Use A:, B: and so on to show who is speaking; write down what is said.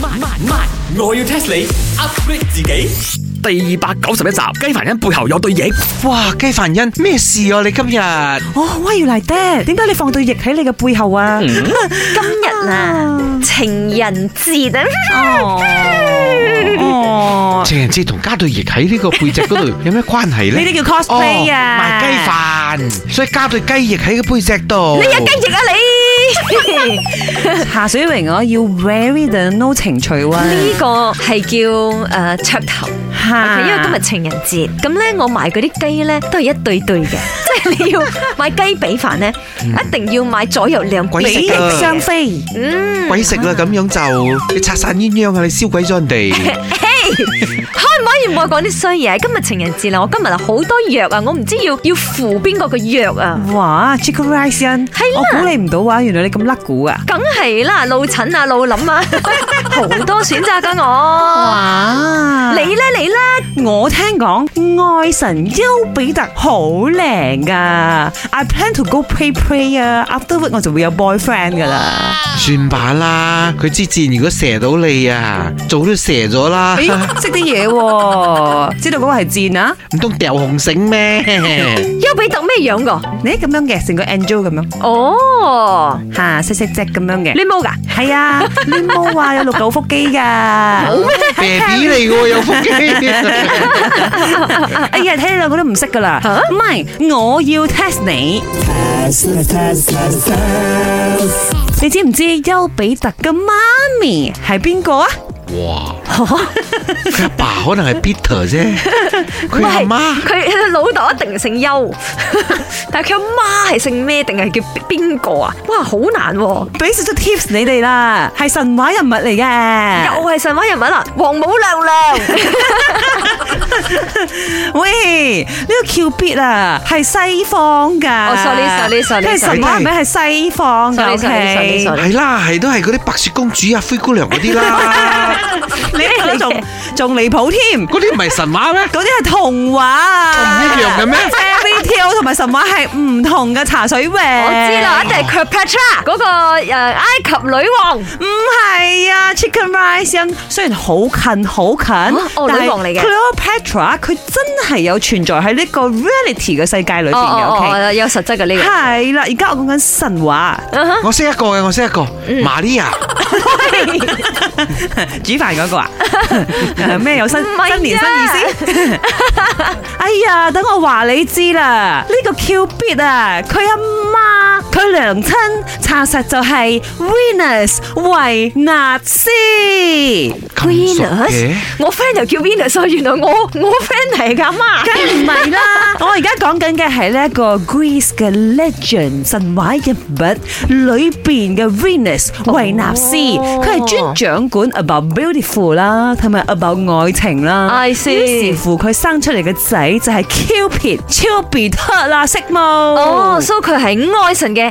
A: 慢慢慢，我要 test 你 upgrade 自己。第二百九十一集，雞凡欣背後有對翼。
B: 哇，雞凡欣咩事啊？你今日
C: 哦，Why Oh, you like that？點解你放對翼喺你嘅背後啊？
D: 今日啊，
B: 哦
D: 情人節啊， 哎
C: 哦哦，
B: 情人節同加對翼喺呢個背脊嗰度 有咩關係
C: 呢
B: 咧？
C: 啲叫 cosplay 啊
B: 哦賣雞飯，所以加對雞翼喺個背脊度。
D: 你有雞翼啊 你？
C: 夏水榮我要 very the no 情趣喎。
D: 呢個係叫誒噱頭。
C: 嚇
B: 啊
D: 因為今日情人節，咁咧我買嗰啲雞咧都係一對對 嘅， 即係你要買雞髀飯咧，一定要買左右兩
B: 嗯鬼
D: 髀
B: 食
C: 比
D: 嘅
B: 啊
C: 翼雙飛，
D: 嗯，
B: 鬼食啦，咁樣就你拆散鴛鴦啊！你燒鬼咗人哋。
D: 可唔可以唔好講啲衰嘢？今日情人節啦，我今日啊好多藥啊，我唔知要要扶邊個嘅藥啊，
C: 哇！Chicken Rice 因，
D: 係啊
C: 我估你唔到啊，原來你咁甩股啊！
D: 梗係啦，老陳啊，老林啊， 好多選擇噶我。
C: 哇
D: 你咧，你咧，
C: 你我聽講愛神丘比特好靚噶，I plan to go play play 啊，afterward 我就會有 boyfriend 噶啦。
B: 算吧啦，佢之前如果射到你啊，早都射咗啦，
C: 咦，識啲嘢喎，知道嗰個係箭啊？
B: 唔通掉紅繩咩？
D: 丘比特咩樣噶？
C: 你咁樣嘅，成個 angel 咁樣，
D: 哦，
C: 嚇細細隻咁樣嘅
D: 你。冇噶？
C: 係 啊，你冇話有六嚿腹肌噶。
B: baby 嚟嘅喎，有腹肌。
C: 哎呀，睇你兩個都唔識噶啦。唔係，我要 test 你。你知唔知丘比特嘅媽咪係邊個啊？
B: 哇！佢阿爸可能係 Peter 啫，佢
D: 唔
B: 阿
D: 係
B: 媽
D: 佢老豆一定姓 邱，但係佢阿媽係姓咩？定係叫邊個啊？哇，好難喎！
C: 俾少少 tips 你哋啦，係神話人物嚟嘅。
D: 又係神話人物啦，王母娘娘。
C: 喂，呢個丘比特啊，係西方噶。
D: 哦，sorry，sorry，sorry，
C: 即係神話人物係西方噶。
D: sorry，sorry，sorry，sorry
C: OK
B: 係啦，係都係嗰啲白雪公主啊、灰姑娘嗰啲 啦，
C: 你呢個仲仲離譜添，
B: 嗰啲唔係神話咩？
C: 嗰啲係童話啊。
B: 唔一樣嘅咩
C: Fairy tale 同埋神話係唔同嘅茶水榮。
D: 我
C: 我
D: 知啦，一定係 Cleopatra 嗰個誒埃及女王。
C: 唔係啊，Chicken Rice 因雖然好近好近，
D: 哦女王嚟嘅
C: Cleopatra 佢真係有存在喺呢個 reality 嘅世界裏邊
D: Ờ,
C: 嘅。OK，
D: 哦有實質嘅呢個。
C: 係啦，而家我講緊神話，
B: 我識一個嘅，我識一個，Maria
C: 煮飯嗰個啊， 誒咩有新
D: 唔係啊
C: 新年新意思？ 哎呀，等我話你知啦，呢個 Cupid 啊，佢阿媽佢娘親查實就係 Venus 維納斯。
B: 咁熟嘅，
D: 我 friend 就叫 Venus，所以原來我我 friend 嚟噶嘛。
C: 梗唔係啦， 我而家講緊嘅係呢一個 Greece 嘅 legend 神話人物裏邊嘅 Venus 維納斯，
D: 哦
C: 佢係專掌管 about beautiful 啦，同埋 about 愛情啦。
D: I
C: 於
D: see
C: 是乎佢生出嚟嘅仔就係 Cupid 丘比特啦，識冇？
D: 哦，所以佢係愛神嘅